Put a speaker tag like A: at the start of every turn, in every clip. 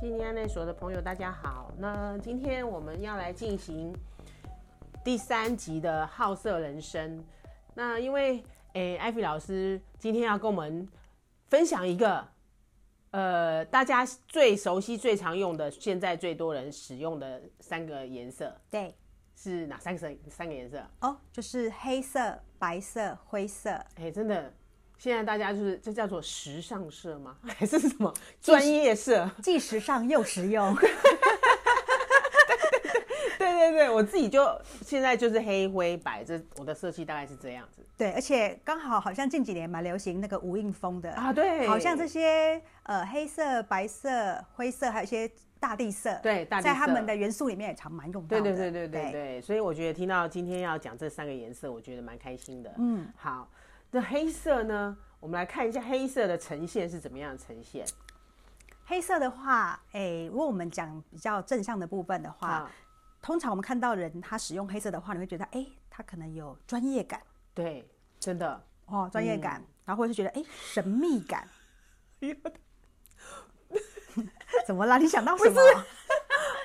A: 悉尼安内所的朋友，大家好。那今天我们要来进行第三集的好色人生。那因为诶，艾菲老师今天要跟我们分享一个呃大家最熟悉、最常用的，现在最多人使用的三个颜色
B: 对，
A: 是哪三个色？三个颜色？
B: 哦，就是黑色、白色、灰色，
A: 哎，真的。现在大家就是这叫做时尚色吗？ 还是什么专业色？
B: 既时尚又实 用。
A: 对对对，我自己就现在就是黑灰白，这我的色系大概是这样子
B: 对，而且刚好好像近几年蛮流行那个无印风的，
A: 啊。对，
B: 好像这些呃黑色、白色、灰色，还有一些大地色，
A: 对大地
B: 在他
A: 色
B: 们的元素里面也常蛮用到
A: 对
B: 的。
A: 对对对对对，所以我觉得听到今天要讲这三个颜色，我觉得蛮开心的。嗯，好，那黑色呢？我们来看一下黑色的呈现是怎么样的呈现。
B: 黑色的话，诶、如果我们讲比较正向的部分的话，
A: 啊，
B: 通常我们看到人他使用黑色的话，你会觉得，诶、他可能有专业感
A: 对，真的，
B: 哦，专业感，然后或者是觉得，诶、神秘感。 怎么啦？你想到什么？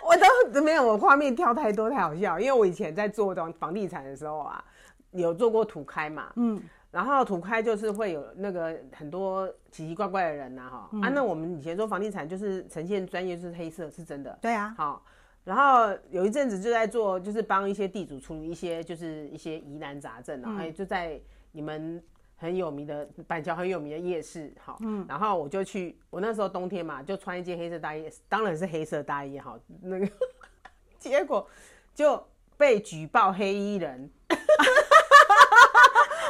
A: 我都没有，我画面跳太多，太好笑。因为我以前在做房房地产的时候啊，有做过土开嘛，嗯，然后土开就是会有那个很多奇奇怪怪的人呐、哈、啊，那我们以前做房地产就是呈现专业，就是黑色，是真的，
B: 对啊，
A: 好。然后有一阵子就在做，就是帮一些地主处理一些，就是一些疑难杂症啊，哎、就在你们很有名的板桥很有名的夜市，好，然后我就去，我那时候冬天嘛，就穿一件黑色大衣，当然是黑色大衣，好，那个 结果就被举报黑衣人，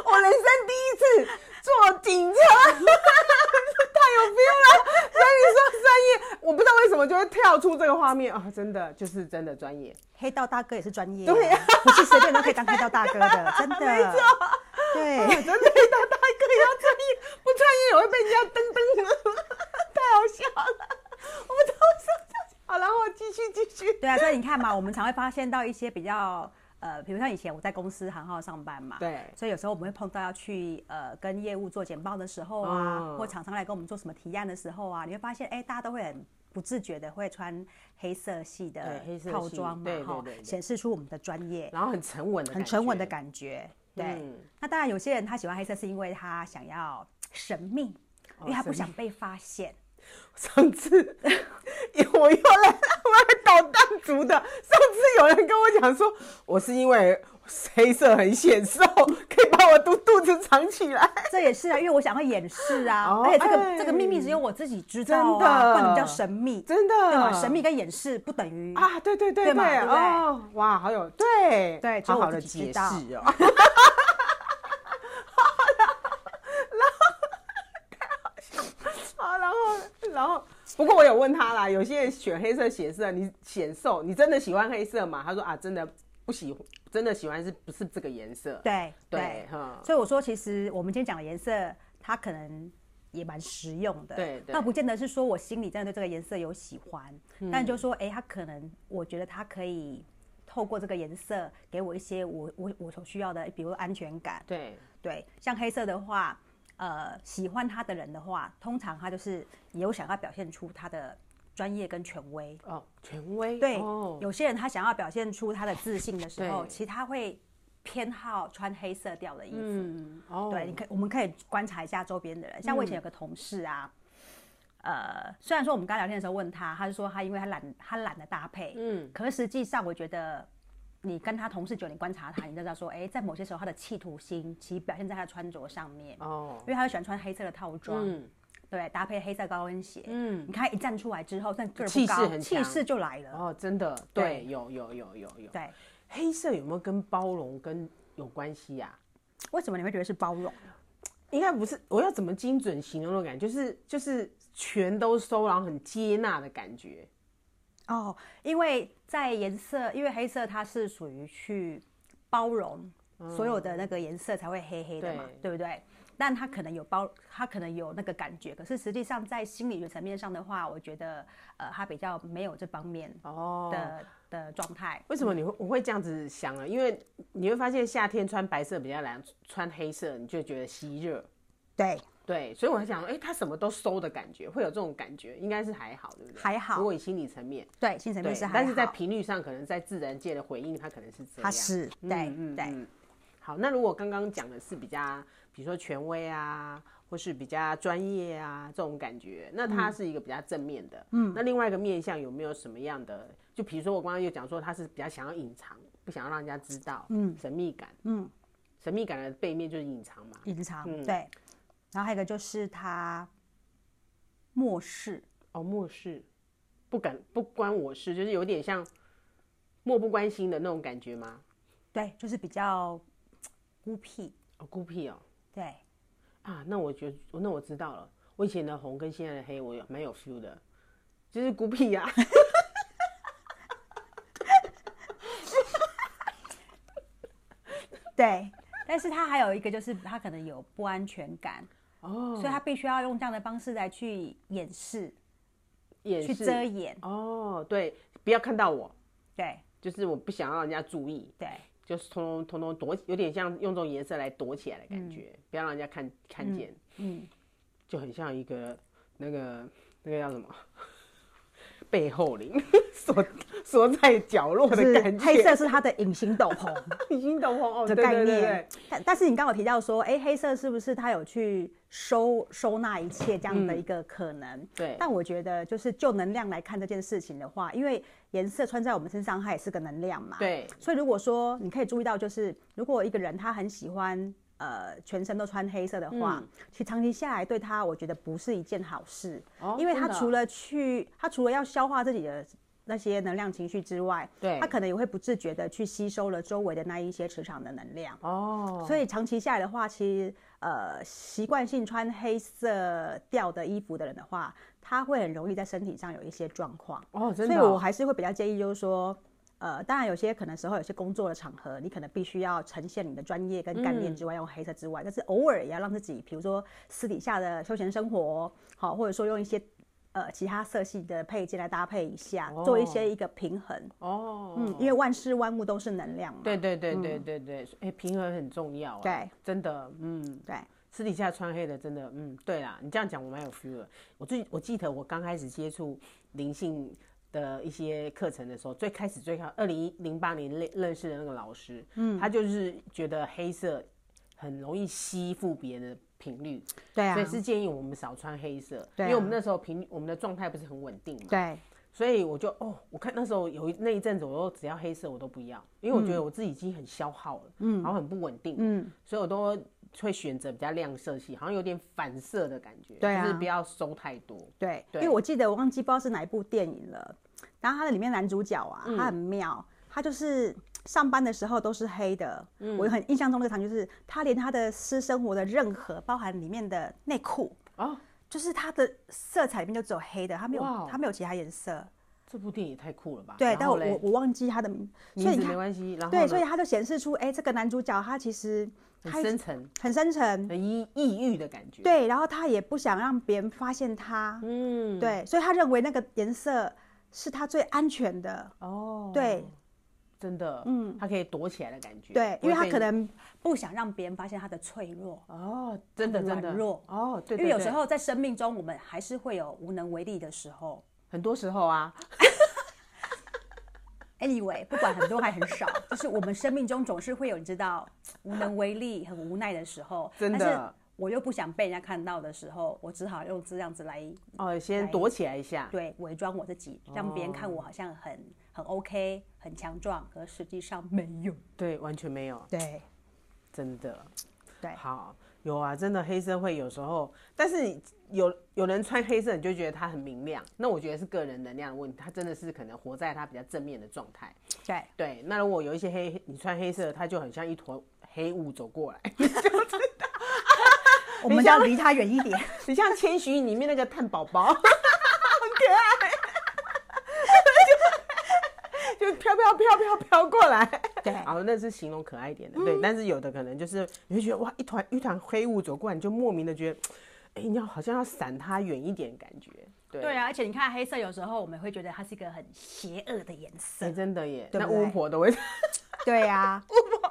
A: 我人生第一次坐警车， 太有 feel 了。所以你说专业，我不知道为什么就会跳出这个画面啊，真的就是真的专业。
B: 黑道大哥也是专业，
A: 对啊
B: 不是随便都可以当黑道大哥的，真的， 没错，
A: 啊
B: 对，
A: 真的，大大哥也要专业，不专业也会被人家登登的， 太好笑了。我们都说好，然后继续继续。
B: 对啊，所以你看嘛，我 们常会发现到一些比较呃，比如像以前我在公司行号上班嘛，，
A: 对，
B: 所以有时候我们会碰到要去呃跟业务做简报的时候啊，
A: 嗯
B: 或厂商来跟我们做什么提案的时候啊，你会发现，哎、大家都会很不自觉的会穿黑色系
A: 对
B: 的
A: 黑色系
B: 套装嘛
A: 对对，
B: 哈
A: 对对，
B: 显示出我们的专业，
A: 然后很沉稳的，
B: 很沉稳的感觉，对。
A: 嗯
B: 那当然，有些人他喜欢黑色是因为他想要神秘，
A: 哦
B: 因为他不想被发现。
A: 上次我又来，我来捣蛋族的。上次有人跟我讲说，我是因为黑色很显瘦，可以把我肚肚子藏起来。
B: 这也是啊，因为我想要掩饰啊，
A: 哦
B: 而且这个、
A: 哎
B: 这个秘密只有我自己知道
A: 真的
B: 啊，不然我们叫神秘，
A: 真的
B: 对啊吧？神秘跟掩饰不等于
A: 啊，对对对
B: 对嘛对不对
A: 哦，哇，好有对
B: 对只
A: 好
B: 有我
A: 好的
B: 自己
A: 解
B: 知
A: 释
B: 道
A: 哦。好，然后，然后，不过我有问他啦，有些人选黑色显色，你显瘦，你真的喜欢黑色吗？他说啊，真的不喜，真的喜欢是不是这个颜色？
B: 对
A: 对，哈，
B: 所以我说，其实我们今天讲的颜色，它可能也蛮实用的。
A: 对嗯对
B: 那不见得是说我心里真的对这个颜色有喜欢，但就说，哎、它可能我觉得它可以透过这个颜色给我一些我我我所需要的，比如安全感。
A: 对，
B: 对，像黑色的话，呃，喜欢它的人的话，通常他就是也有想要表现出他的专业跟权威。
A: 哦，权威，
B: 对，
A: 哦，
B: 有些人他想要表现出他的自信的时候，
A: 对
B: 其实他会偏好穿黑色调的衣服。
A: 嗯，哦，嗯
B: 对，你可以我们可以观察一下周边的人，像我以前有个同事啊，呃，虽然说我们刚聊天的时候问他，他就说他因为他懒，他懒得搭配，
A: 嗯，
B: 可是实际上我觉得。你跟他同事久，你观察他，你就知道说，哎、在某些时候他的企图心其实表现在他的穿着上面，
A: 哦
B: 因，为他会喜欢穿黑色的套装，
A: 嗯
B: 对，搭配黑色高跟鞋，
A: 嗯，
B: 你看他一站出来之后，但个儿
A: 气
B: 不
A: 势
B: 高，
A: 很
B: 气
A: 强
B: 势就来了，
A: 哦，真的，对，
B: 对
A: 有有有有有，
B: 对，
A: 黑色有没有跟包容跟有关系呀、
B: 为什么你会觉得是包容？
A: 应该不是，我要怎么精准形容的感觉？就是就是全都收，然后很接纳的感觉。
B: 哦，因为在颜色，因为黑色它是属于去包容所有的那个颜色才会黑黑的嘛，
A: 嗯对
B: 对不对？但它可能有包，它可能有那个感觉，可是实际上在心理学层面上的话，我觉得呃，它比较没有这方面
A: 哦
B: 的、的状态。
A: 为什么你会我会这样子想呢？因为你会发现夏天穿白色比较凉，穿黑色你就觉得吸热。
B: 对
A: 对，所以我还想，哎、他什么都收的感觉，会有这种感觉，应该是还好，对不对？
B: 还好
A: 如果你心理层面，
B: 对，新陈代
A: 对
B: 谢还，好，
A: 但是在频率上，可能在自然界的回应，它可能是这样。
B: 它是对对
A: 嗯。好，那如果刚刚讲的是比较，比如说权威啊，或是比较专业啊这种感觉，那它是一个比较正面的。嗯，那另外一个面向有没有什么样的？就比如说我刚刚有讲说，他是比较想要隐藏，不想要让人家知道，嗯，神秘感，嗯，神秘感的背面就是隐藏嘛。
B: 隐藏
A: 嗯
B: 对，然后还有一个就是他漠视，
A: 哦，漠视，不敢不关我事，就是有点像漠不关心的那种感觉吗？
B: 对，就是比较孤僻，
A: 哦，孤僻哦。
B: 对，
A: 啊，那我觉得，那我知道了。我以前的红跟现在的黑，我有蛮有 feel 的，就是孤僻呀、
B: 对，但是他还有一个就是他可能有不安全感，
A: 哦，
B: 所以他必须要用这样的方式来去掩饰、
A: 也
B: 去
A: 是
B: 遮掩。
A: 哦，对，不要看到我，
B: 对
A: 就是我不想让人家注意，
B: 对
A: 就是通通通通躲，有点像用这种颜色来躲起来的感觉，不要让人家看看见，
B: 嗯，
A: 就很像一个那个那个叫什么背后灵 缩缩在角落
B: 就是
A: 的感觉，
B: 黑色是他的隐形斗篷
A: 已经懂 哦，
B: 的
A: 对
B: 概
A: 对对
B: 念。
A: 对，
B: 但但是你刚刚有提到说，哎，黑色是不是他有去收收纳一切这样的一个可能？
A: 对
B: 但我觉得，就是就能量来看这件事情的话，因为颜色穿在我们身上，它也是个能量嘛。。
A: 对，
B: 所以如果说你可以注意到，就是如果一个人他很喜欢呃全身都穿黑色的话，
A: 嗯
B: 其实长期下来对他，我觉得不是一件好事，
A: 哦
B: 因为
A: 真
B: 他
A: 的啊
B: 除了去他除了要消化自己的那些能量情绪之外，
A: 对
B: 他可能也会不自觉的去吸收了周围的那一些磁场的能量。
A: 哦，
B: 所以长期下来的话，其实呃，习惯性穿黑色调的衣服的人的话，他会很容易在身体上有一些状况。
A: 哦，真
B: 所
A: 的
B: 以
A: 哦
B: 我还是会比较建议，就是说，呃，当然有些可能时候有些工作的场合，你可能必须要呈现你的专业跟干
A: 嗯
B: 练之外，用黑色之外，但是偶尔也要让自己，比如说私底下的休闲生活，好，或者说用一些。呃，其他色系的配件来搭配一下，做一些一个平衡。
A: 哦，
B: 嗯，因为万事万物都是能量嘛。
A: 对对对对对对，哎、平衡很重要、啊。
B: 对，
A: 真的，嗯，
B: 对，
A: 私底下穿黑的，真的，嗯，对啦，你这样讲我蛮有 feel 的。我最我记得我刚开始接触灵性的一些课程的时候，最开始最开二零零八年认认识的那个老师，嗯，他就是觉得黑色很容易吸附别人的频率，
B: 对啊
A: 所以，是建议我们少穿黑色，
B: 对啊
A: 因为我们那时候频率我们的状态不是很稳定嘛。
B: 对，
A: 所以我就哦，我看那时候有一那一阵子，我都只要黑色我都不要，因为我觉得我自己已经很消耗了，嗯，然后很不稳定，
B: 嗯，
A: 所以我都会选择比较亮色系，好像有点反射的感觉，
B: 对啊
A: 就是不要收太多，
B: 对，
A: 对
B: 因为我记得我忘记不知道是哪一部电影了，然后它的里面男主角啊，
A: 嗯
B: 他很妙，他就是上班的时候都是黑的，
A: 嗯
B: 我很印象中那个场景就是他连他的私生活的任何，包含里面的内裤，
A: 哦，
B: 就是他的色彩里面就只有黑的，他没有
A: 哇哦
B: 他没有其他颜色，
A: 这部电影也太酷了吧？
B: 对，
A: 然
B: 但
A: 后
B: 我
A: 嘞
B: 我我忘记他的名，所
A: 名
B: 以你
A: 字没
B: 看，
A: 关系，然后
B: 对，
A: 呢
B: 所以他就显示出，哎，这个男主角他其实他
A: 很深沉，
B: 很深沉，
A: 很抑抑郁的感觉，，
B: 对，然后他也不想让别人发现他，
A: 嗯，
B: 对，所以他认为那个颜色是他最安全的。
A: 哦，
B: 对，
A: 真的，嗯，他可以躲起来的感觉，
B: 对，
A: 不
B: 因为
A: 会
B: 他
A: 被
B: 可能不想让别人发现他的脆弱，
A: 哦，真的
B: 很
A: 真的
B: 软弱
A: 哦，对，
B: 因为
A: 对
B: 有时
A: 对
B: 候在生命中，我们还是会有无能为力的时候。
A: 很多时候啊，
B: Anyway，不管很多还很少，就是我们生命中总是会有你知道无能为力、很无奈的时候。
A: 真的
B: 但是我又不想被人家看到的时候，我只好用这样子来
A: 哦，先躲起来一下，
B: 对伪装我自己，让别人看我
A: 哦
B: 好像很很 OK、很强壮，可实际上没有。
A: 对，完全没有，
B: 对
A: 真的。
B: 对
A: 好，有啊，真的黑社会有时候，但是有有人穿黑色，你就觉得他很明亮，那我觉得是个人能量的问题，他真的是可能活在他比较正面的状态。
B: 对，
A: 对，那如果有一些黑，你穿黑色，他就很像一坨黑雾走过来，
B: 我们就要离他远一点。
A: 你像《千寻》里面那个炭宝 宝，很可爱， 就就飘飘飘飘飘过来。
B: 对
A: 好，哦那是形容可爱一点的，对。但是有的可能就是你会觉得哇，一团一团黑雾走过来，你就莫名的觉得，哎、你要好像要闪它远一点，感觉。对
B: 对啊，而且你看黑色，有时候我们会觉得它是一个很邪恶的颜
A: 哎、
B: 色。
A: 真的耶，
B: 对
A: 那
B: 不对
A: 巫婆都会，
B: 对啊，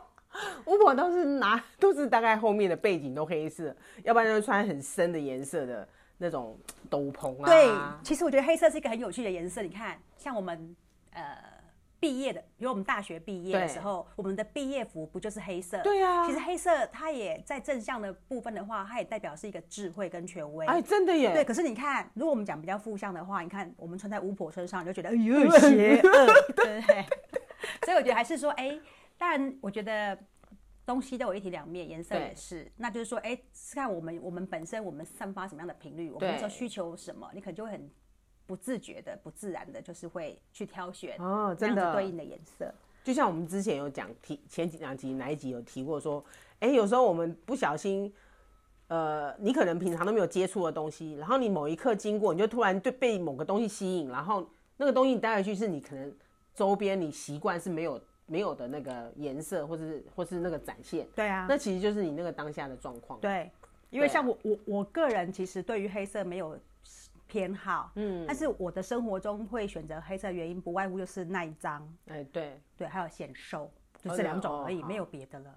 A: 巫婆都是拿都是大概后面的背景都黑色，要不然就是穿很深的颜色的那种斗篷啊。
B: 对，其实我觉得黑色是一个很有趣的颜色。你看，像我们呃毕业的，比如我们大学毕业的时候，我们的毕业服不就是黑色？
A: 对啊
B: 其实黑色它也在正向的部分的话，它也代表是一个智慧跟权威。
A: 哎，真的耶。
B: 对，可是你看，如果我们讲比较负向的话，你看哎我们穿在巫婆身上，你就觉得哎呦邪恶，呃对不对？所以我觉得还是说，哎，当然，我觉得东西都有一体两面，颜色
A: 对
B: 也是。那就是说，哎，是看我们我们本身我们散发什么样的频率，我们那时候
A: 对
B: 需求什么，你可能就会很不自觉的、不自然的，就是会去挑选
A: 哦，
B: 这
A: 真
B: 样子
A: 的
B: 对应的颜色。
A: 就像我们之前有讲提前几两集哪一集有提过说，哎、有时候我们不小心，呃，你可能平常都没有接触的东西，然后你某一刻经过，你就突然对被某个东西吸引，然后那个东西你带回去是你可能周边你习惯是没有没有的那个颜色，或是或是那个展现，
B: 对啊，
A: 那其实就是你那个当下的状况。
B: 对，因为
A: 对啊
B: 像我我我个人其实对于黑色没有偏好，
A: 嗯，
B: 但是我的生活中会选择黑色的原因不外乎就是耐脏，
A: 哎、对，
B: 对，还有显瘦，就
A: 哦
B: 这
A: 了
B: 两种
A: 哦
B: 而已，
A: 好
B: 没有别的了。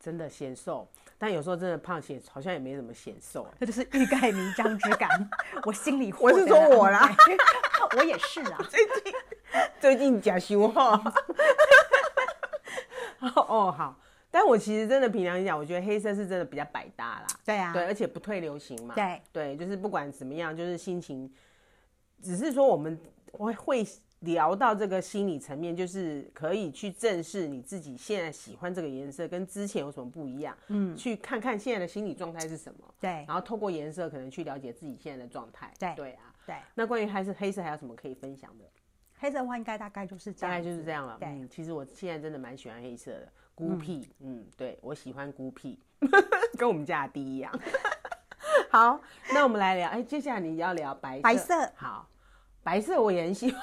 A: 真的显瘦，但有时候真的胖显好像也没怎么显瘦、啊
B: 这就是欲盖弥彰之感， 我心里
A: 我是说我啦
B: 啦， 我也是啊。
A: 最近假熊哈。 哦，好，但我其实真的凭良心讲，我觉得黑色是真的比较百搭啦，
B: 对啊，
A: 对，而且不退流行嘛，
B: 对
A: 对，就是不管怎么样，就是心情，只是说我们会会聊到这个心理层面，就是可以去正视你自己现在喜欢这个颜色跟之前有什么不一样，嗯，去看看现在的心理状态是什么，
B: 对
A: 然后透过颜色可能去了解自己现在的状态，
B: 对
A: 对啊，
B: 对，
A: 那关于黑色黑色还有什么可以分享的？
B: 黑色的话应该大概就是这
A: 大
B: 样，
A: 概就是这样了。
B: 对
A: 嗯，其实我现在真的蛮喜欢黑色的，孤僻。嗯对我喜欢孤僻， 跟我们家的第一样。 好，那我们来聊，哎、接下来你要聊白色
B: 白色
A: 好，白色我也很喜欢，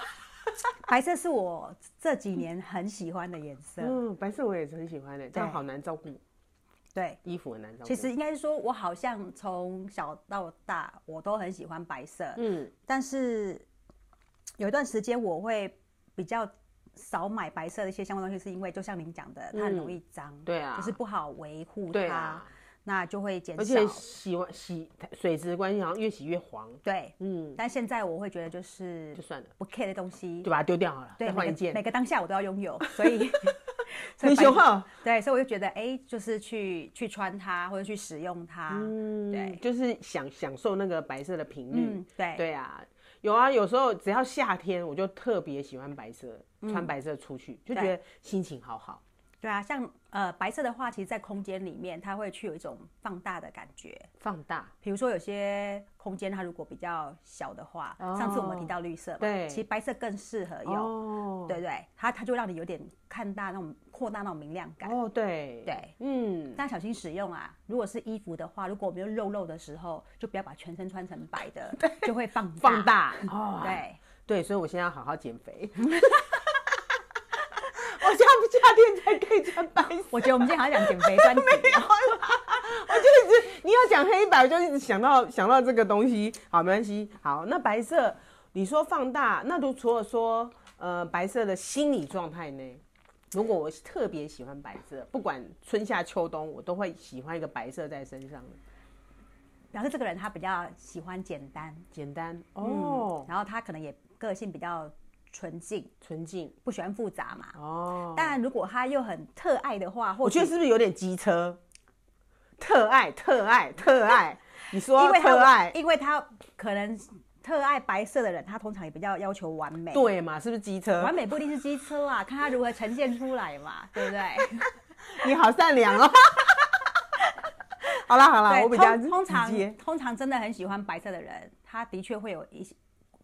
B: 白色是我这几年很喜欢的颜色。
A: 嗯，白色我也是很喜欢的，但
B: 对
A: 好难照顾，
B: 对，
A: 衣服很难照顾。
B: 其实应该是说，我好像从小到大我都很喜欢白色，
A: 嗯，
B: 但是有一段时间我会比较少买白色的一些相关东西，是因为就像您讲的，它很容易脏，
A: 对啊
B: 就是不好维护
A: 对
B: 它
A: 啊，，
B: 那就会减
A: 而且
B: 少。
A: 洗完洗水质的关系，好像越洗越黄。
B: 对，
A: 嗯，
B: 但现在我会觉得就是
A: 就算了，
B: 不 care 的东西
A: 就，把它丢掉好了，
B: 对，
A: 再换
B: 每
A: 一
B: 个每
A: 件。
B: 个当下我都要拥有，所以所以
A: 你
B: 白
A: 喜欢？
B: 对，所以我就觉得哎、就是去去穿它或者去使用它，
A: 嗯，
B: 对
A: 就是享享受那个白色的频率。
B: 嗯，对，
A: 对啊，有啊，有时候只要夏天，我就特别喜欢白色，穿白色出去，就觉得心情好好。
B: 对啊，像呃白色的话，其实，在空间里面，它会去有一种放大的感觉。
A: 放大，
B: 比如说，有些空间它如果比较小的话，上次我们提到绿色嘛，
A: 哦对
B: 其实白色更适合用，
A: 哦，
B: 对不对？它它就让你有点看大那种扩大那种明亮感。
A: 哦，对，
B: 对，
A: 嗯，
B: 但小心使用啊！如果是衣服的话，如果我们用肉肉的时候，就不要把全身穿成白的， 就会放大
A: 放。大， 哦，
B: 对，
A: 对，所以我现在要好好减 肥。我夏夏天才可以穿白色，
B: 我觉得我们今天好像讲减肥专题，啊
A: 你要讲黑白，我就一直想到想到这个东西。好，没关系。好，那白色，你说放大，那都除了说呃白色的心理状态呢？如果我特别喜欢白色，不管春夏秋冬，我都会喜欢一个白色在身上的。
B: 表示这个人他比较喜欢简单，
A: 简单
B: 嗯
A: 哦，，
B: 然后他可能也个性比较纯净，
A: 纯净
B: 不喜欢复杂嘛。
A: 哦。
B: 当然，如果他又很特爱的话，或
A: 我觉得
B: 许
A: 是不是有点机车？特爱，特爱，特爱。你说
B: 因为
A: 特
B: 他
A: 爱，
B: 因为他可能特爱白色的人，他通常也比较要求完美。，
A: 对嘛？是不是机车
B: 完？美不一定是机车啊，看他如何呈现出 来嘛，对不对？
A: 你好善良哦。 好啦好啦，
B: 对，
A: 我比较
B: 通通
A: 直接
B: 常通常真的很喜欢白色的人，他的确会有一些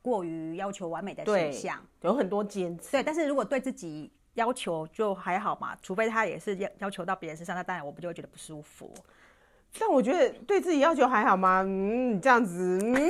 B: 过于要求完美的
A: 对
B: 形象。
A: 有很多坚持，
B: 对，但是如果对自己要求就还好嘛，除非他也是要要求到别人身上，那当然我们就会觉得不舒服。
A: 但我觉得对自己要求还好吗？嗯，你这样子，嗯，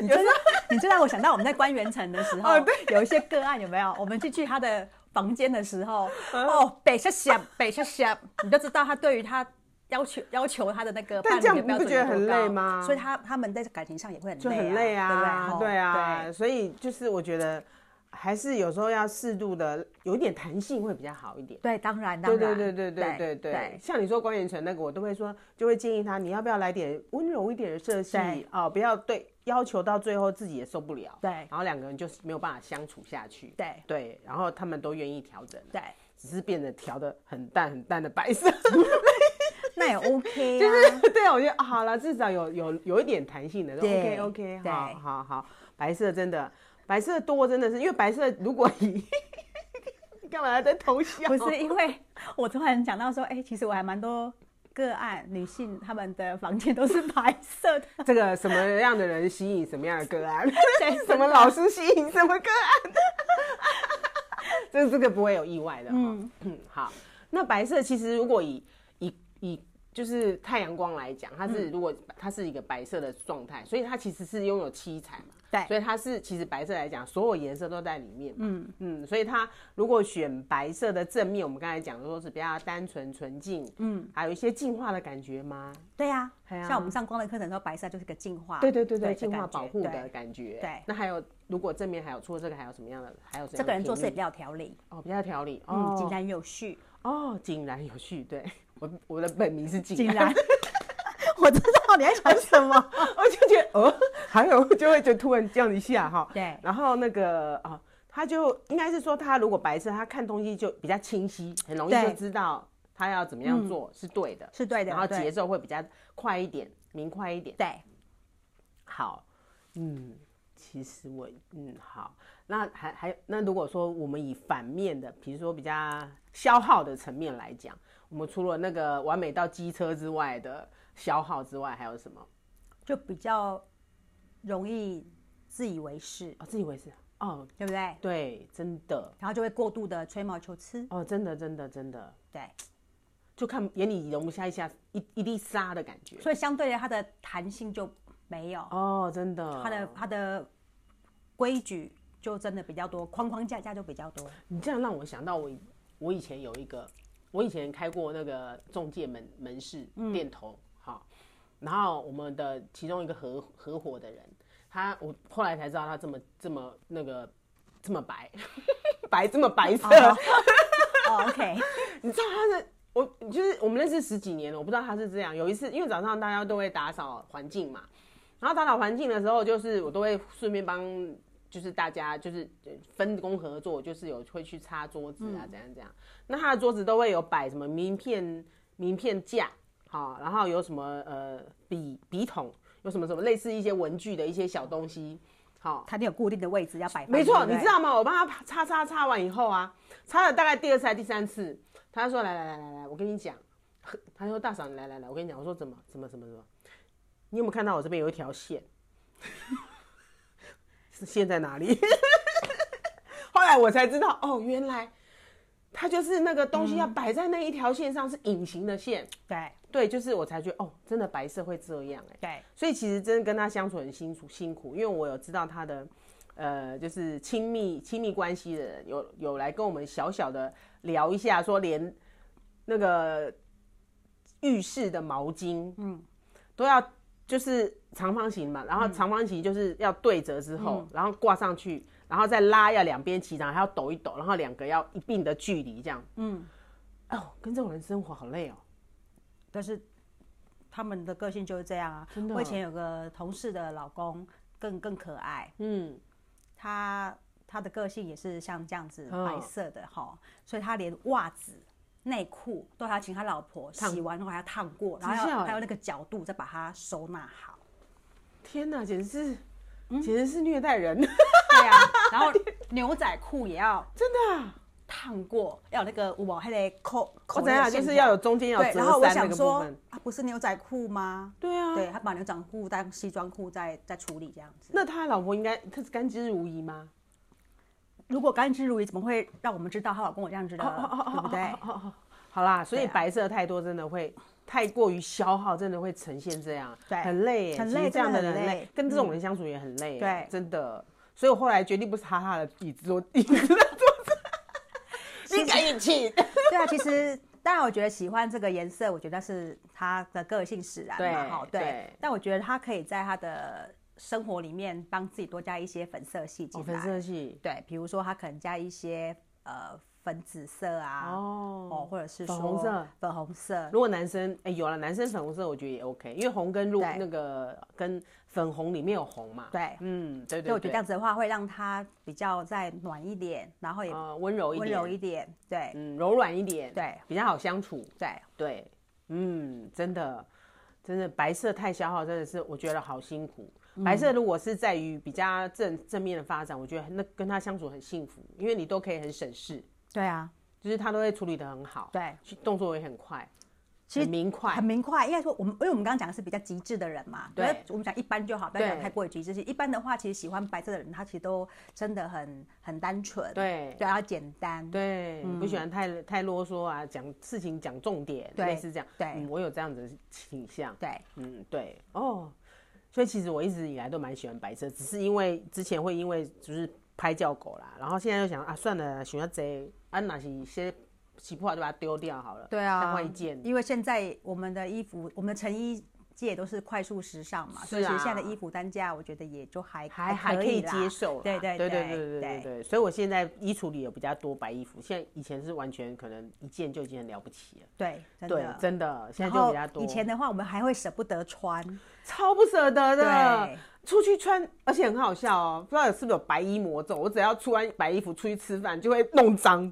B: 你真的，你就让我想到我们在观园城的时候，
A: 哦
B: 有一些个案有没有？我们去去他的房间的时候，
A: 嗯
B: 哦，北下下北下下，你就知道他对于他要求要求他的那个
A: 但
B: 伴
A: 这样
B: 侣的标
A: 你不
B: 准
A: 觉得
B: 有多
A: 很累
B: 高
A: 吗
B: 所以他他们在感情上也会很
A: 就
B: 累、啊，
A: 很累
B: 对不对？
A: 啊，
B: 吼
A: 对啊，所以就是我觉得还是有时候要适度的，有一点弹性会比较好一点。
B: 对，当然，当
A: 对
B: 然，
A: 对对对对
B: 对
A: 对对，像你说关元成那个，我都会说，就会建议他，你要不要来点温柔一点的色系
B: 对
A: 哦，不要对要求到最后自己也受不了，
B: 对
A: 然后两个人就是没有办法相处下去，
B: 对
A: 对，然后他们都愿意调整，
B: 对，
A: 只是变得调的很淡很淡的白 色，
B: 那也 OK 啊。
A: 对啊，我觉得、啊好了，至少有有有一点弹性的，OK
B: 对
A: OK，
B: 对
A: 好好好，白色真的白色多真的是，因为白色如果以 你干嘛在偷笑？
B: 不是因为我突然想到说，哎、其实我还蛮多个案，女性她们的房间都是白色 的。
A: 这个什么样的人吸引什么样的个案，
B: 对
A: 什么老师吸引什么个案， 这这个不会有意外的哈、嗯，好，那白色其实如果以以以就是太阳光来讲，它是如果它是一个白色的状态，所以它其实是拥有七彩嘛。
B: 对
A: 所以它是其实白色来讲，所有颜色都在里面嘛。嗯嗯，所以它如果选白色的正面，我们刚才讲的说是比较单纯纯净，嗯，还有一些净化的感觉吗？
B: 对呀、
A: 对啊
B: 像我们上光的课程的时候，白色就是个净化，
A: 对对对对，
B: 的
A: 净化
B: 感觉
A: 保护
B: 对
A: 的感觉。
B: 对
A: 那还有，如果正面还有除了这个，还有什么样的？还有什么
B: 这
A: 样的
B: 个人做事也
A: 频率
B: 比较有条理，
A: 哦，比较条理
B: 嗯，
A: 哦，
B: 井然有序，
A: 哦，井然有序。对我我的本名是井
B: 井
A: 然，
B: 然。我知道你在想什 么，
A: 我就觉得哦，还有就会就突然这样一下哈。
B: 对
A: 然后那个啊、他就应该是说他如果白色，他看东西就比较清晰，很容易就
B: 对嗯
A: 知道他要怎么样做是对的，
B: 是对的，
A: 然后
B: 对
A: 节奏会比较快一点，明快一点。
B: 对
A: 好，嗯，其实我嗯好，那还还那如果说我们以反面的，比如说比较消耗的层面来讲，我们除了那个完美到机车之外的消耗之外，还有什么？
B: 就比较容易自以为是，
A: 哦，自以为是哦，
B: 对不对？
A: 对，真的
B: 然后就会过度的吹毛求疵，
A: 哦，真的真的真的，
B: 对，
A: 就看眼里容不下一下一一粒沙的感觉
B: 所以相对的，它的弹性就没有，
A: 哦，真的，
B: 它的它的规矩就真的比较多，框框架架就比较多。
A: 你这样让我想到我以我以前有一个，我以前开过那个中介门门市店头，好、然后我们的其中一个合合伙的人，他我后来才知道他这么这么那个这么白， 白这么白色，
B: 哦，OK，
A: 你知道他是我就是我们认识十几年了，我不知道他是这样。有一次，因为早上大家都会打扫环境嘛，然后打扫环境的时候，就是我都会顺便帮，就是大家就是呃分工合作，就是有会去擦桌子啊，怎样怎样。那他的桌子都会有摆什么名片名片架，好、然后有什么呃笔笔筒，有什么什么类似一些文具的一些小东西，好、
B: 它一定有固定的位置要摆放。
A: 没错，
B: 对不对
A: 你知道吗？我帮他擦擦擦完以后啊，擦了大概第二次还第三次，他就说来来来来来，我跟你讲，他说大嫂你来来来，我跟你讲，我说怎么怎么怎么怎么，你有没有看到我这边有一条线？ 是线在哪里？后来我才知道，哦，原来它就是那个东
B: 嗯
A: 西要摆在那一条线上是隐形的线，
B: 对
A: 对，就是我才觉得哦，真的白色会这样哎、
B: 对
A: 所以其实真的跟他相处很辛苦辛苦，因为我有知道他的，呃，就是亲密亲密关系的人有有来跟我们小小的聊一下，说连那个浴室的毛巾，嗯，都要就是长方形嘛，然后长方形就是要对折之后，然后挂上去，然后再拉要两边齐长，还要抖一抖，然后两个要一定的距离这样，嗯，哦，跟这种人生活好累哦，
B: 但是他们的个性就是这样啊。
A: 真的
B: 我以前有个同事的老公更更可爱，
A: 嗯，
B: 他他的个性也是像这样子
A: 嗯
B: 白色的哈、所以他连袜子。内裤都还要请他老婆洗完后还要烫过，然后
A: 真欸
B: 要
A: 笑
B: 还有那个角度再把它收纳好。
A: 天哪，简直是。简直是虐待人！
B: 对啊， 然后牛仔裤也要
A: 真的、啊，
B: 烫过，要有那个我还得扣
A: 我
B: 扣
A: 怎
B: 那
A: 样
B: 个线条。
A: 就是要有中间要
B: 对，
A: 折
B: 然后我
A: 扇那
B: 想
A: 个部
B: 说
A: 分。，
B: 啊，不是牛仔裤吗？
A: 对啊，
B: 对他把牛仔裤当西装裤在在处理这样子。
A: 那他老婆应该他是甘之如饴吗？
B: 如果甘之如饴，怎么会让我们知道她老公有这样
A: 哦
B: 子的，对不对？
A: 好啦，所以
B: 对啊
A: 白色太多真的会太过于消耗，真的会呈现这样，
B: 对
A: 很累耶，
B: 很
A: 其实
B: 累
A: 这样的
B: 真的
A: 人
B: 很
A: 很
B: 累嗯
A: 累，跟这种人相处也很累，
B: 对
A: 真的。所以我后来决定不擦他的椅子桌椅子的桌 子，你赶紧去。
B: 对啊，其实当然，我觉得喜欢这个颜色，我觉得是他的个性使然嘛，
A: 对
B: 哈，
A: 对
B: 对。但我觉得他可以在他的生活里面帮自己多加一些粉色系进
A: 哦，
B: 来。
A: 粉色系
B: 对，比如说它可能加一些呃粉紫色啊，哦
A: 哦。
B: 或者是
A: 粉红
B: 说
A: 色
B: 粉红色
A: 如果男生哎、有了，男生粉红色我觉得也 OK，因为红跟绿
B: 对
A: 那个跟粉红里面有红嘛。
B: 对，
A: 嗯，对
B: 所以
A: 对
B: 我觉得这
A: 对，
B: 样子的话会让它比较再暖一点，然后也
A: 啊，温柔一
B: 温
A: 点，
B: 柔一点，对
A: 嗯，柔软一点，
B: 对
A: 比较好相处。
B: 对，
A: 对，嗯，真的，真的白色太消耗，真的是我觉得好辛苦。
B: 嗯
A: 白色如果是在于比较正正面的发展，我觉得那跟他相处很幸福，因为你都可以很省事，
B: 对啊，
A: 就是他都会处理的很好，
B: 对，
A: 去动作也很快，
B: 其
A: 很明快
B: 很。明快。应该说我们，因为我们刚刚讲的是比较极致的人嘛，
A: 对
B: 可是我们讲一般就好，不要讲
A: 对
B: 太过于极致。其实一般的话，其实喜欢白色的人，他其实都真的很很单纯，
A: 对
B: 对，然后简单，
A: 对，不喜欢太太啰嗦啊，讲事情讲重点，
B: 对
A: 类似这样。
B: 对
A: 嗯我有这样子的倾向。
B: 对
A: 嗯，对哦，所以其实我一直以来都蛮喜欢白色，只是因为之前会因为就是拍叫狗啦，然后现在就想啊，算了，喜欢这啊，哪些些洗不好就把它丢掉好了，
B: 对
A: 再
B: 啊，
A: 换一件。
B: 因为现在我们的衣服，我们的成衣界都是快速时尚嘛，
A: 是
B: 所以其实
A: 啊
B: 现在的衣服单价，我觉得也就还
A: 还还
B: 可
A: 可以
B: 啦
A: 接受啦，
B: 对对
A: 对
B: 对
A: 对对对
B: 对
A: 对，所以我现在衣橱里有比较多白衣服，现在以前是完全可能一件就已经很了不起了，
B: 对，真
A: 对，
B: 的。
A: 真的，现
B: 然
A: 在就
B: 后
A: 比较多。
B: 以前的话，我们还会舍不得穿，
A: 超不舍得的
B: 对，
A: 出去穿，而且很好笑哦，不知道是不是有白衣魔咒，我只要穿白衣服出去吃饭就会弄脏，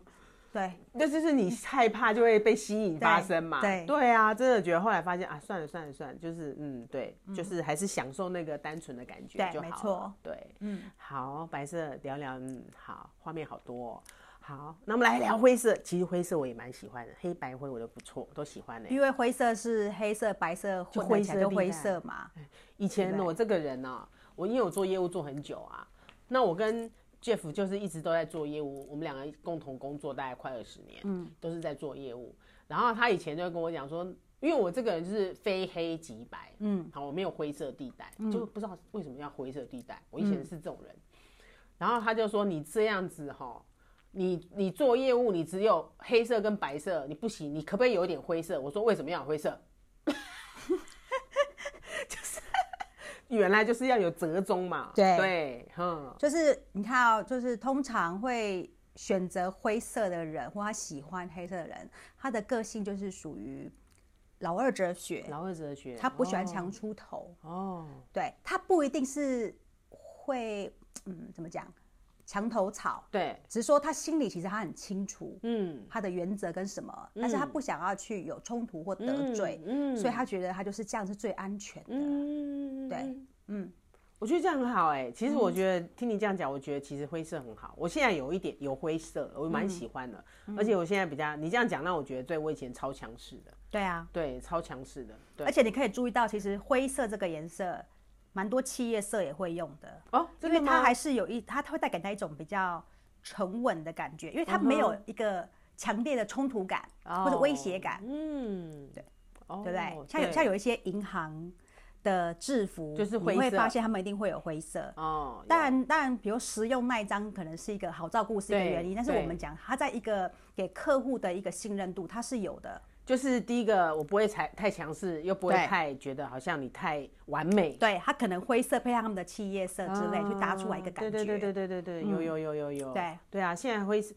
B: 对
A: 那就是你害怕就会被吸引发生嘛。
B: 对对
A: 啊，真的觉得后来发现啊，算了算了算了，就是嗯，对，就是还是享受那个单纯的感觉
B: 对
A: 就好
B: 没
A: 了
B: 错
A: 对，
B: 嗯
A: 嗯，好，白色聊聊，嗯，好，画面好多、哦。好，那我们来聊灰色。其实灰色我也蛮喜欢的，黑白灰我都不错，都喜欢呢、欸
B: 因为灰色是黑色、白色混合起来
A: 灰色
B: 就
A: 地
B: 灰
A: 带嗯
B: 色嘛，
A: 以前
B: 对
A: 我这个人呢、我因为我做业务做很久啊，那我跟 Jeff 就是一直都在做业务，我们两个共同工作大概快二十年，嗯，都是在做业务。然后他以前就会跟我讲说，因为我这个人就是非黑即白，嗯，好，我没有灰色地带，就不知道为什么要灰色地带。我以前是这种人，然后他就说你这样子哈。你你做业务，你只有黑色跟白色，你不行，你可不可以有一点灰色？我说为什么要有灰色？ 原来就是要有折中嘛。
B: 对
A: 对，哼，
B: 就是你看哦，就是通常会选择灰色的人，或他喜欢黑色的人，他的个性就是属于老二哲学，
A: 老二哲学，
B: 他不喜欢
A: 哦
B: 强出头，
A: 哦，
B: 对他不一定是会，嗯，怎么讲，墙头草，
A: 对，
B: 只是说他心里其实他很清楚
A: 嗯，
B: 他的原则跟什么，但是他不想要去有冲突或得
A: 嗯
B: 罪，，
A: 嗯
B: 所以他觉得他就是这样是最安全的。
A: 嗯，
B: 对
A: 嗯，
B: 嗯
A: 我觉得这样很好哎、其实我觉得、听你这样讲，我觉得其实灰色很好。我现在有一点有灰色，我
B: 嗯
A: 蛮喜欢的，而且我现在比较你这样讲，让我觉得对我以前超强势的，
B: 对啊，
A: 对，超强势的，对
B: 而。且你可以注意到，其实灰色这个颜色，蛮多企业色也会用的，
A: 哦，
B: 因
A: 真
B: 为
A: 的
B: 它
A: 吗？
B: 还是有一，它它会带给他一种比较沉稳的感觉，因为它没有一个强烈的冲突感或者威胁感。
A: 嗯，对，哦，
B: 对不对？像有像有一些银行的制服，
A: 就是
B: 你
A: 灰
B: 会
A: 色
B: 发现他们一定会有灰色。
A: 哦，
B: 当然，当然，比如实用耐张可能是一个好照顾是一个
A: 对
B: 原因，但是我
A: 对
B: 们讲它在一个给客户的一个信任度，它是有的。
A: 就是第一个，我不会太太强势，又不会
B: 对
A: 太觉得好像你太完美
B: 对，它可能灰色配上他们的企业色之类，去搭出来一个感觉。
A: 啊
B: 嗯
A: 对对对对对对对，有有有有有。
B: 对
A: 对啊，现在灰色，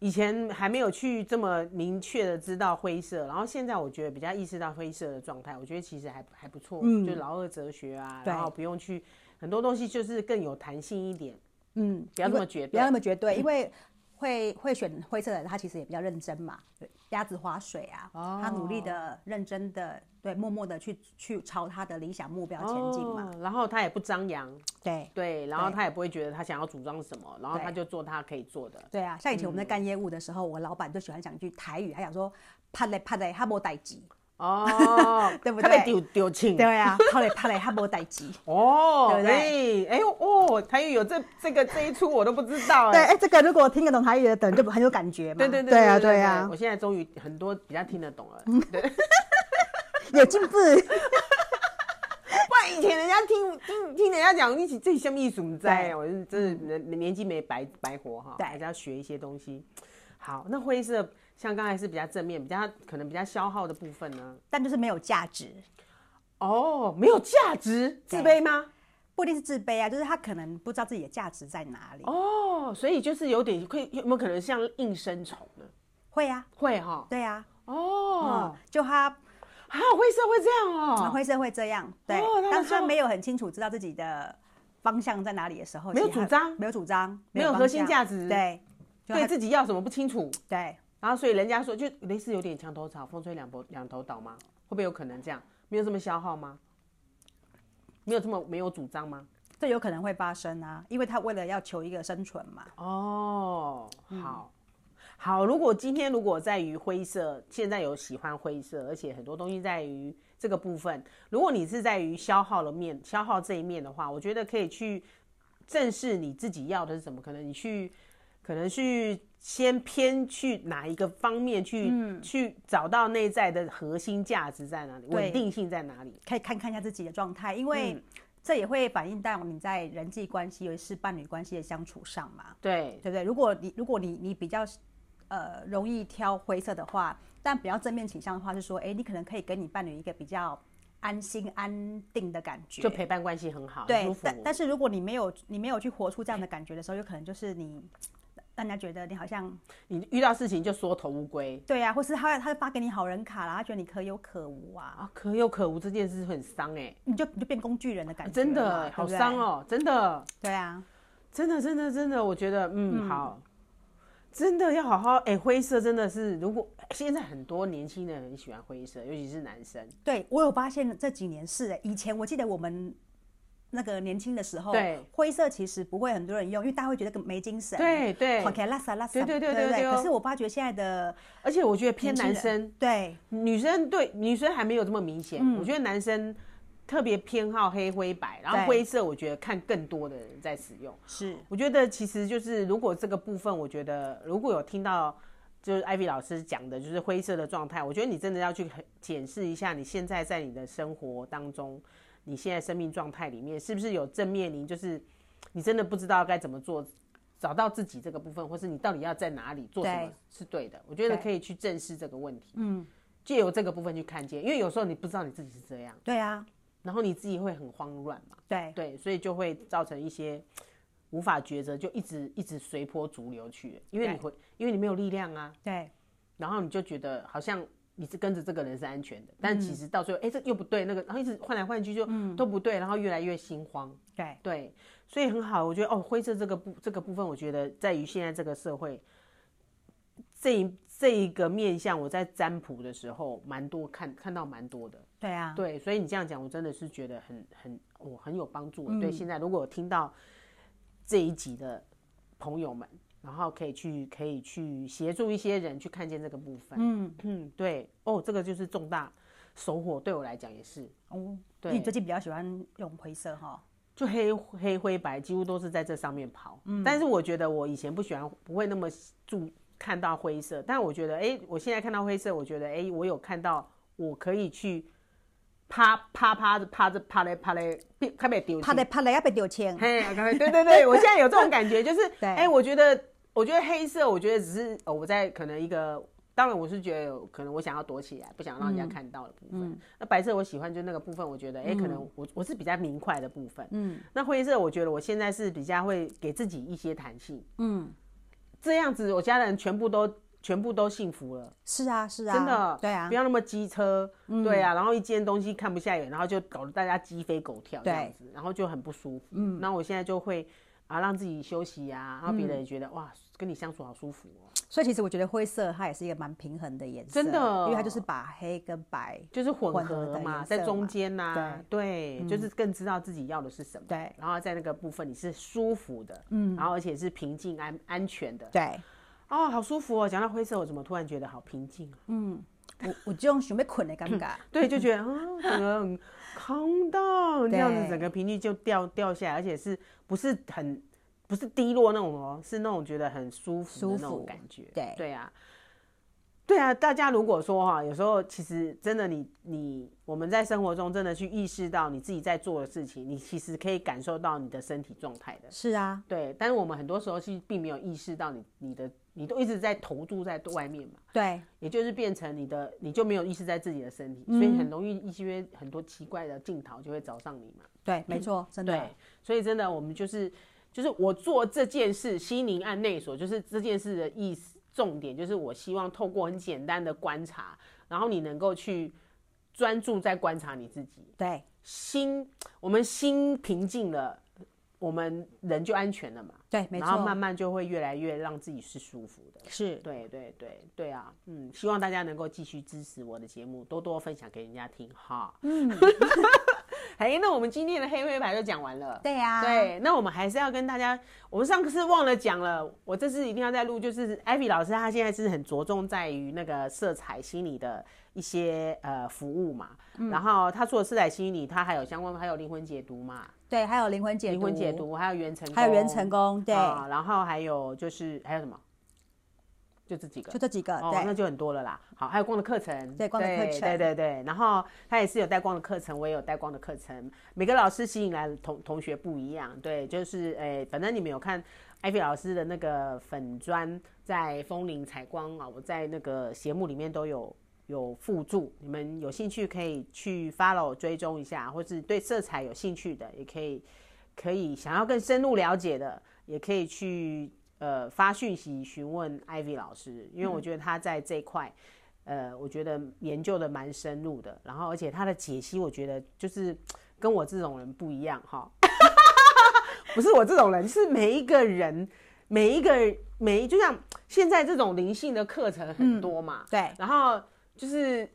A: 以前还没有去这么明确的知道灰色，然后现在我觉得比较意识到灰色的状态，我觉得其实还还不错，就老二哲学啊，
B: 嗯对
A: 然后不用去很多东西就是更有弹性一点，
B: 嗯，
A: 不要那
B: 因为
A: 么绝
B: 不
A: 对
B: 要那么 绝对，因为会会选灰色的人，他其实也比较认真嘛，鸭子划水啊，
A: 哦
B: 他努力的、认真的，对，默默的去去朝他的理想目标前进嘛。
A: 哦然后他也不张扬，
B: 对，
A: 对，然后
B: 对
A: 他也不会觉得他想要主张什么，然后
B: 对
A: 他就做他可以做的。
B: 对啊，像以前
A: 嗯
B: 我们在干业务的时候，我老板就喜欢讲一句台语，他讲说“啪嘞啪嘞，他没代志
A: 哦
B: ，对不
A: 他被
B: 对
A: 丢丢”，清。
B: 对 啊，啪嘞啪嘞，他没代志。
A: 哦，
B: 对不
A: 对？哎呦哦，台语有这这个这一出我都不知道
B: 对，
A: 哎。
B: 哎，这个如果听得懂台语的，等就很有感觉嘛。
A: 对对
B: 对啊，对啊
A: 我，现在终于很多比较听得懂了。对，
B: 有进 步。
A: 不然以前人家听听听人家讲，你这什么艺术
B: 对
A: 在，我是真的年年纪没白白活哈，
B: 对
A: 还是要学一些东西。好，那灰色像刚才是比较正面，比较可能比较消耗的部分呢。
B: 但就是没有价值，
A: 哦，没有价值，自卑吗？
B: 不一定是自卑啊，就是他可能不知道自己的价值在哪里。
A: 哦，所以就是有点会有没有可能像应声虫呢？
B: 会啊，
A: 会哈、
B: 对啊，
A: 哦
B: 嗯，，就他
A: 啊，会社会这样哦，
B: 灰社会这样，对
A: 哦那。
B: 当
A: 时
B: 虽然
A: 候
B: 没有很清楚知道自己的方向在哪里的时候，
A: 没有
B: 其实他
A: 主张
B: 没有主张，
A: 没有
B: 方
A: 核心
B: 向
A: 价值
B: 对，就
A: 对
B: 他
A: 自己要什么不清楚，
B: 对，
A: 然后所以人家说就类似有点墙头草，风吹两头两头倒吗？会不会有可能这样？没有这么消耗吗？没有这么没有主张吗？
B: 这有可能会发生啊，因为他为了要求一个生存嘛，
A: 哦，
B: 嗯
A: 好。好，如果今天如果在于灰色，现在有喜欢灰色，而且很多东西在于这个部分。如果你是在于消耗了面，消耗这一面的话，我觉得可以去正视你自己要的是什么。可能你去，可能去先偏去哪一个方面去、
B: 嗯
A: 去找到内在的核心价值在哪里，
B: 对
A: 稳定性在哪里。
B: 可以看看一下自己的状态，
A: 嗯
B: 因为这也会反映到你在人际关系，尤其是伴侣关系的相处上嘛，
A: 对，
B: 对不对？如果你如果你你比较呃容易挑灰色的话，但比较正面倾向的话，是说，哎，你可能可以给你伴侣一个比较安心安定的感觉，
A: 就陪伴关系很好，很
B: 对
A: 舒，服。
B: 但但是如果你没有你没有去活出这样的感觉的时候，有可能就是你让人家觉得你好像
A: 你遇到事情就缩头乌龟，
B: 对啊，或是他他发给你好人卡啦，他觉得你可有可无啊，
A: 啊，可有可无这件事很伤哎、
B: 你就你就变工具人的感觉、
A: 真的好伤
B: 哦。
A: 哦、真的，
B: 对啊，
A: 真的，真的，真的，我觉得，嗯，好，真的要好好哎、灰色真的是，如果现在很多年轻人很喜欢灰色，尤其是男生，
B: 对我有发现这几年是、欸，以前我记得我们。那个年轻的时候，
A: 对
B: 灰色其实不会很多人用，因为大家会觉得更没精神，
A: 对对
B: 好，给拉撒拉撒，
A: 对对对
B: 对不
A: 对对哦
B: 可是我发觉现在的
A: 而且我觉得偏
B: 年
A: 男
B: 轻人
A: 生，
B: 对
A: 女生对女生还没有这么明显，我觉得男生特别偏好黑灰白，然后
B: 对
A: 灰色我觉得看更多的人在使用。
B: 是
A: 我觉得其实就是，如果这个部分，我觉得如果有听到就是艾比老师讲的，就是灰色的状态，我觉得你真的要去很检视一下，你现在在你的生活当中，你现在生命状态里面是不是有正面临，就是你真的不知道该怎么做，找到自己这个部分，或是你到底要在哪里做什么
B: 对
A: 是对的。我觉得
B: 对
A: 可以去正视这个问题，嗯，借由这个部分去看见，因为有时候你不知道你自己是这样，
B: 对啊，
A: 然后你自己会很慌乱嘛。
B: 对
A: 对，所以就会造成一些无法抉择，就一直一直随波逐流去，因为你会，因为你没有力量啊，
B: 对
A: 然后你就觉得好像你是跟着这个人是安全的，但其实到最后，哎、这又不对，那个，然后一直换来换去就都不对，然后越来越心慌。
B: 对
A: 对，所以很好，我觉得哦，灰色这个部这个部分，我觉得在于现在这个社会，这一这一个面向，我在占卜的时候蛮多看看到蛮多的。
B: 对啊，
A: 对，所以你这样讲，我真的是觉得很很我、很有帮助。对，现在如果有听到这一集的朋友们，然后可以去可以去协助一些人去看见这个部分。嗯嗯，对哦，这个就是重大收获，对我来讲也是，
B: 哦，
A: 对
B: 你最近比较喜欢用灰色哈，
A: 就黑黑灰白几乎都是在这上面跑。但是我觉得我以前不喜欢，不会那么注看到灰色，但我觉得哎、我现在看到灰色，我觉得哎、我有看到我可以去。趴趴趴着趴着趴嘞趴嘞，别快被丢弃
B: 怕的怕的要被丢钱，
A: 嘿，刚才对对 对，我现在有这种感觉，就是
B: 对
A: 哎、我觉得我觉得黑色，我觉得只是、呃我在可能一个，当然我是觉得有可能我想要躲起来，不想让人家看到的部分。
B: 嗯
A: 那白色我喜欢就那个部分，我觉得哎、可能我我是比较明快的部分。嗯，那灰色我觉得我现在是比较会给自己一些弹性。
B: 嗯，
A: 这样子我家人全部都全部都幸福了。
B: 是啊是啊，
A: 真的，
B: 对啊嗯
A: 不，要那么机车，对啊，然后一件东西看不下眼，然后就搞得大家鸡飞狗跳这
B: 对
A: 样子，然后就很不舒服。嗯，那我现在就会啊，让自己休息呀、然后别人也觉得、哇，跟你相处好舒服哦，
B: 所以其实我觉得灰色它也是一个蛮平衡的颜色，
A: 真的
B: 因为它就是把黑跟白，
A: 就是混
B: 混合
A: 合
B: 的
A: 嘛，
B: 颜
A: 在
B: 色
A: 中
B: 嘛嗯
A: 间呐、对，就是更知道自己要的是什么。
B: 对
A: 然后在那个部分你是舒服的，嗯，然后而且是平静安安全的，
B: 对
A: 哦，好舒服哦。讲到灰色，我怎么突然觉得好平静啊？
B: 我我就用准备捆的尴尬，
A: 对，就觉得啊，整个很 calm down 这样子，
B: 对
A: 整个频率就掉掉下来，而且是不是很不是低落那种哦，是那种觉得很舒服的
B: 舒
A: 那种
B: 服
A: 感觉。
B: 对
A: 对啊，对啊，大家如果说哈、有时候其实真的你你我们在生活中真的去意识到你自己在做的事情，你其实可以感受到你的身体状态的。
B: 是啊，
A: 对，但是我们很多时候是并没有意识到你你的你都一直在投注在外面嘛，
B: 对，
A: 也就是变成你的你就没有意识在自己的身
B: 嗯
A: 体，所以很容易一些很多奇怪的镜头就会找上你嘛。
B: 对，没错，真的
A: 嗯对，所以真的我们就是就是我做这件事，西宁案内所就是这件事的意思重点，就是我希望透过很简单的观察，然后你能够去专注在观察你自己，
B: 对，
A: 心我们心平静了，我们人就安全了嘛。
B: 对，没
A: 然后慢
B: 错，
A: 慢就会越来越让自己是舒服的。
B: 是，
A: 对对对对啊，嗯，希望大家能够继续支持我的节目，多多分享给人家听哈。嗯， 哎，那我们今天的黑灰牌就讲完了。
B: 对啊呀，，
A: 对，那我们还是要跟大家，我们上次忘了讲了，我这次一定要再录，就是艾比老师他现在是很着重在于那个色彩心理的一些呃服务嘛，
B: 嗯
A: 然后他除了色彩心理，他还有相关还有灵魂解读嘛，
B: 对，还有灵魂解
A: 灵
B: 读，
A: 魂解，读还有元成，
B: 还有元成功，对，
A: 啊然后还有就是还有什么？就这几个
B: 就。这几个，
A: 哦，那
B: 对，
A: 就很多了啦。好，还有光的课程，
B: 对光的课程
A: 对对对。然后他也是有带光的课程，我也有带光的课程。每个老师吸引来的同同学不一样，对，就是诶，反正你们有看艾菲老师的那个粉砖在风铃采光啊，我在那个节目里面都有有附注，你们有兴趣可以去 follow 追踪一下，或是对色彩有兴趣的，也可以可以想要更深入了解的，也可以去呃发讯息询问 Ivy 老师，因为
B: 嗯
A: 我觉得他在这一块，呃，我觉得研究的蛮深入的，然后而且他的解析，我觉得就是跟我这种人不一样哈， 不是我这种人，是每一个人，每一个每一就像现在这种灵性的课程很多嘛，
B: 对，
A: 然后就是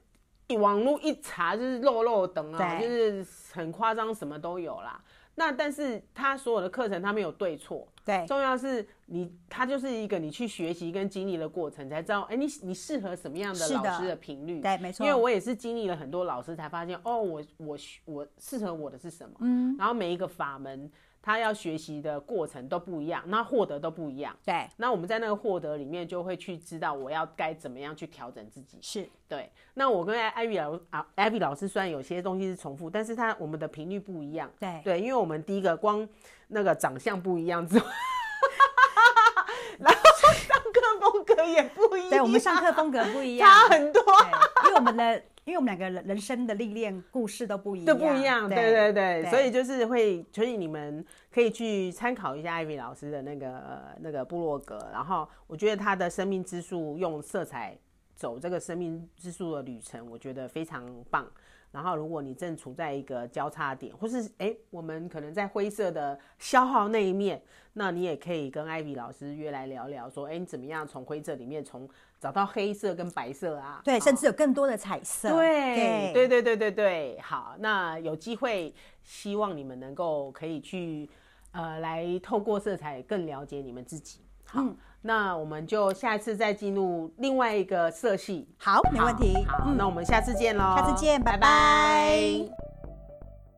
A: 一网络一查就是肉肉等啊，
B: 对
A: 就是很夸张，什么都有啦。那但是他所有的课程他没有对错，
B: 对，
A: 重要是你他就是一个你去学习跟经历的过程，才知道哎你你适合什么样的
B: 是的
A: 老师的频率。
B: 对，没错，
A: 因为我也是经历了很多老师，才发现哦，我我我适合我的是什么。嗯，然后每一个法门，他要学习的过程都不一样，那获得都不一样。
B: 对，
A: 那我们在那个获得里面，就会去知道我要该怎么样去调整自己。
B: 是，
A: 对，那我跟艾艾比老啊，艾比老师虽然有些东西是重复，但是他我们的频率不一样。
B: 对，
A: 对，因为我们第一个光那个长相不一样之外， 然后上课风格也不一 样，
B: 对，我们上课风格不一样，
A: 差很多，
B: 对，因为我们的，因为我们两个人人生的历练故事都不一样，
A: 都不一样。对对对，所
B: 对
A: 以就是会，所以你们可以去参考一下艾比老师的那个、呃那个部落格，然后我觉得他的生命之树用色彩走这个生命之树的旅程，我觉得非常棒。然后，如果你正处在一个交叉点，或是诶，我们可能在灰色的消耗那一面，那你也可以跟艾比老师约来聊聊，说，诶，你怎么样从灰色里面从找到黑色跟白色啊？
B: 对，
A: 啊
B: 甚至有更多的彩色，
A: 对
B: 对
A: 对对对对对，好，那有机会，希望你们能够可以去呃来透过色彩更了解你们自己。好，
B: 嗯
A: 那我们就下一次再进入另外一个色系，
B: 好，没问题，
A: 好，那我们下次见喽，
B: 下次见，拜
A: 拜
B: 拜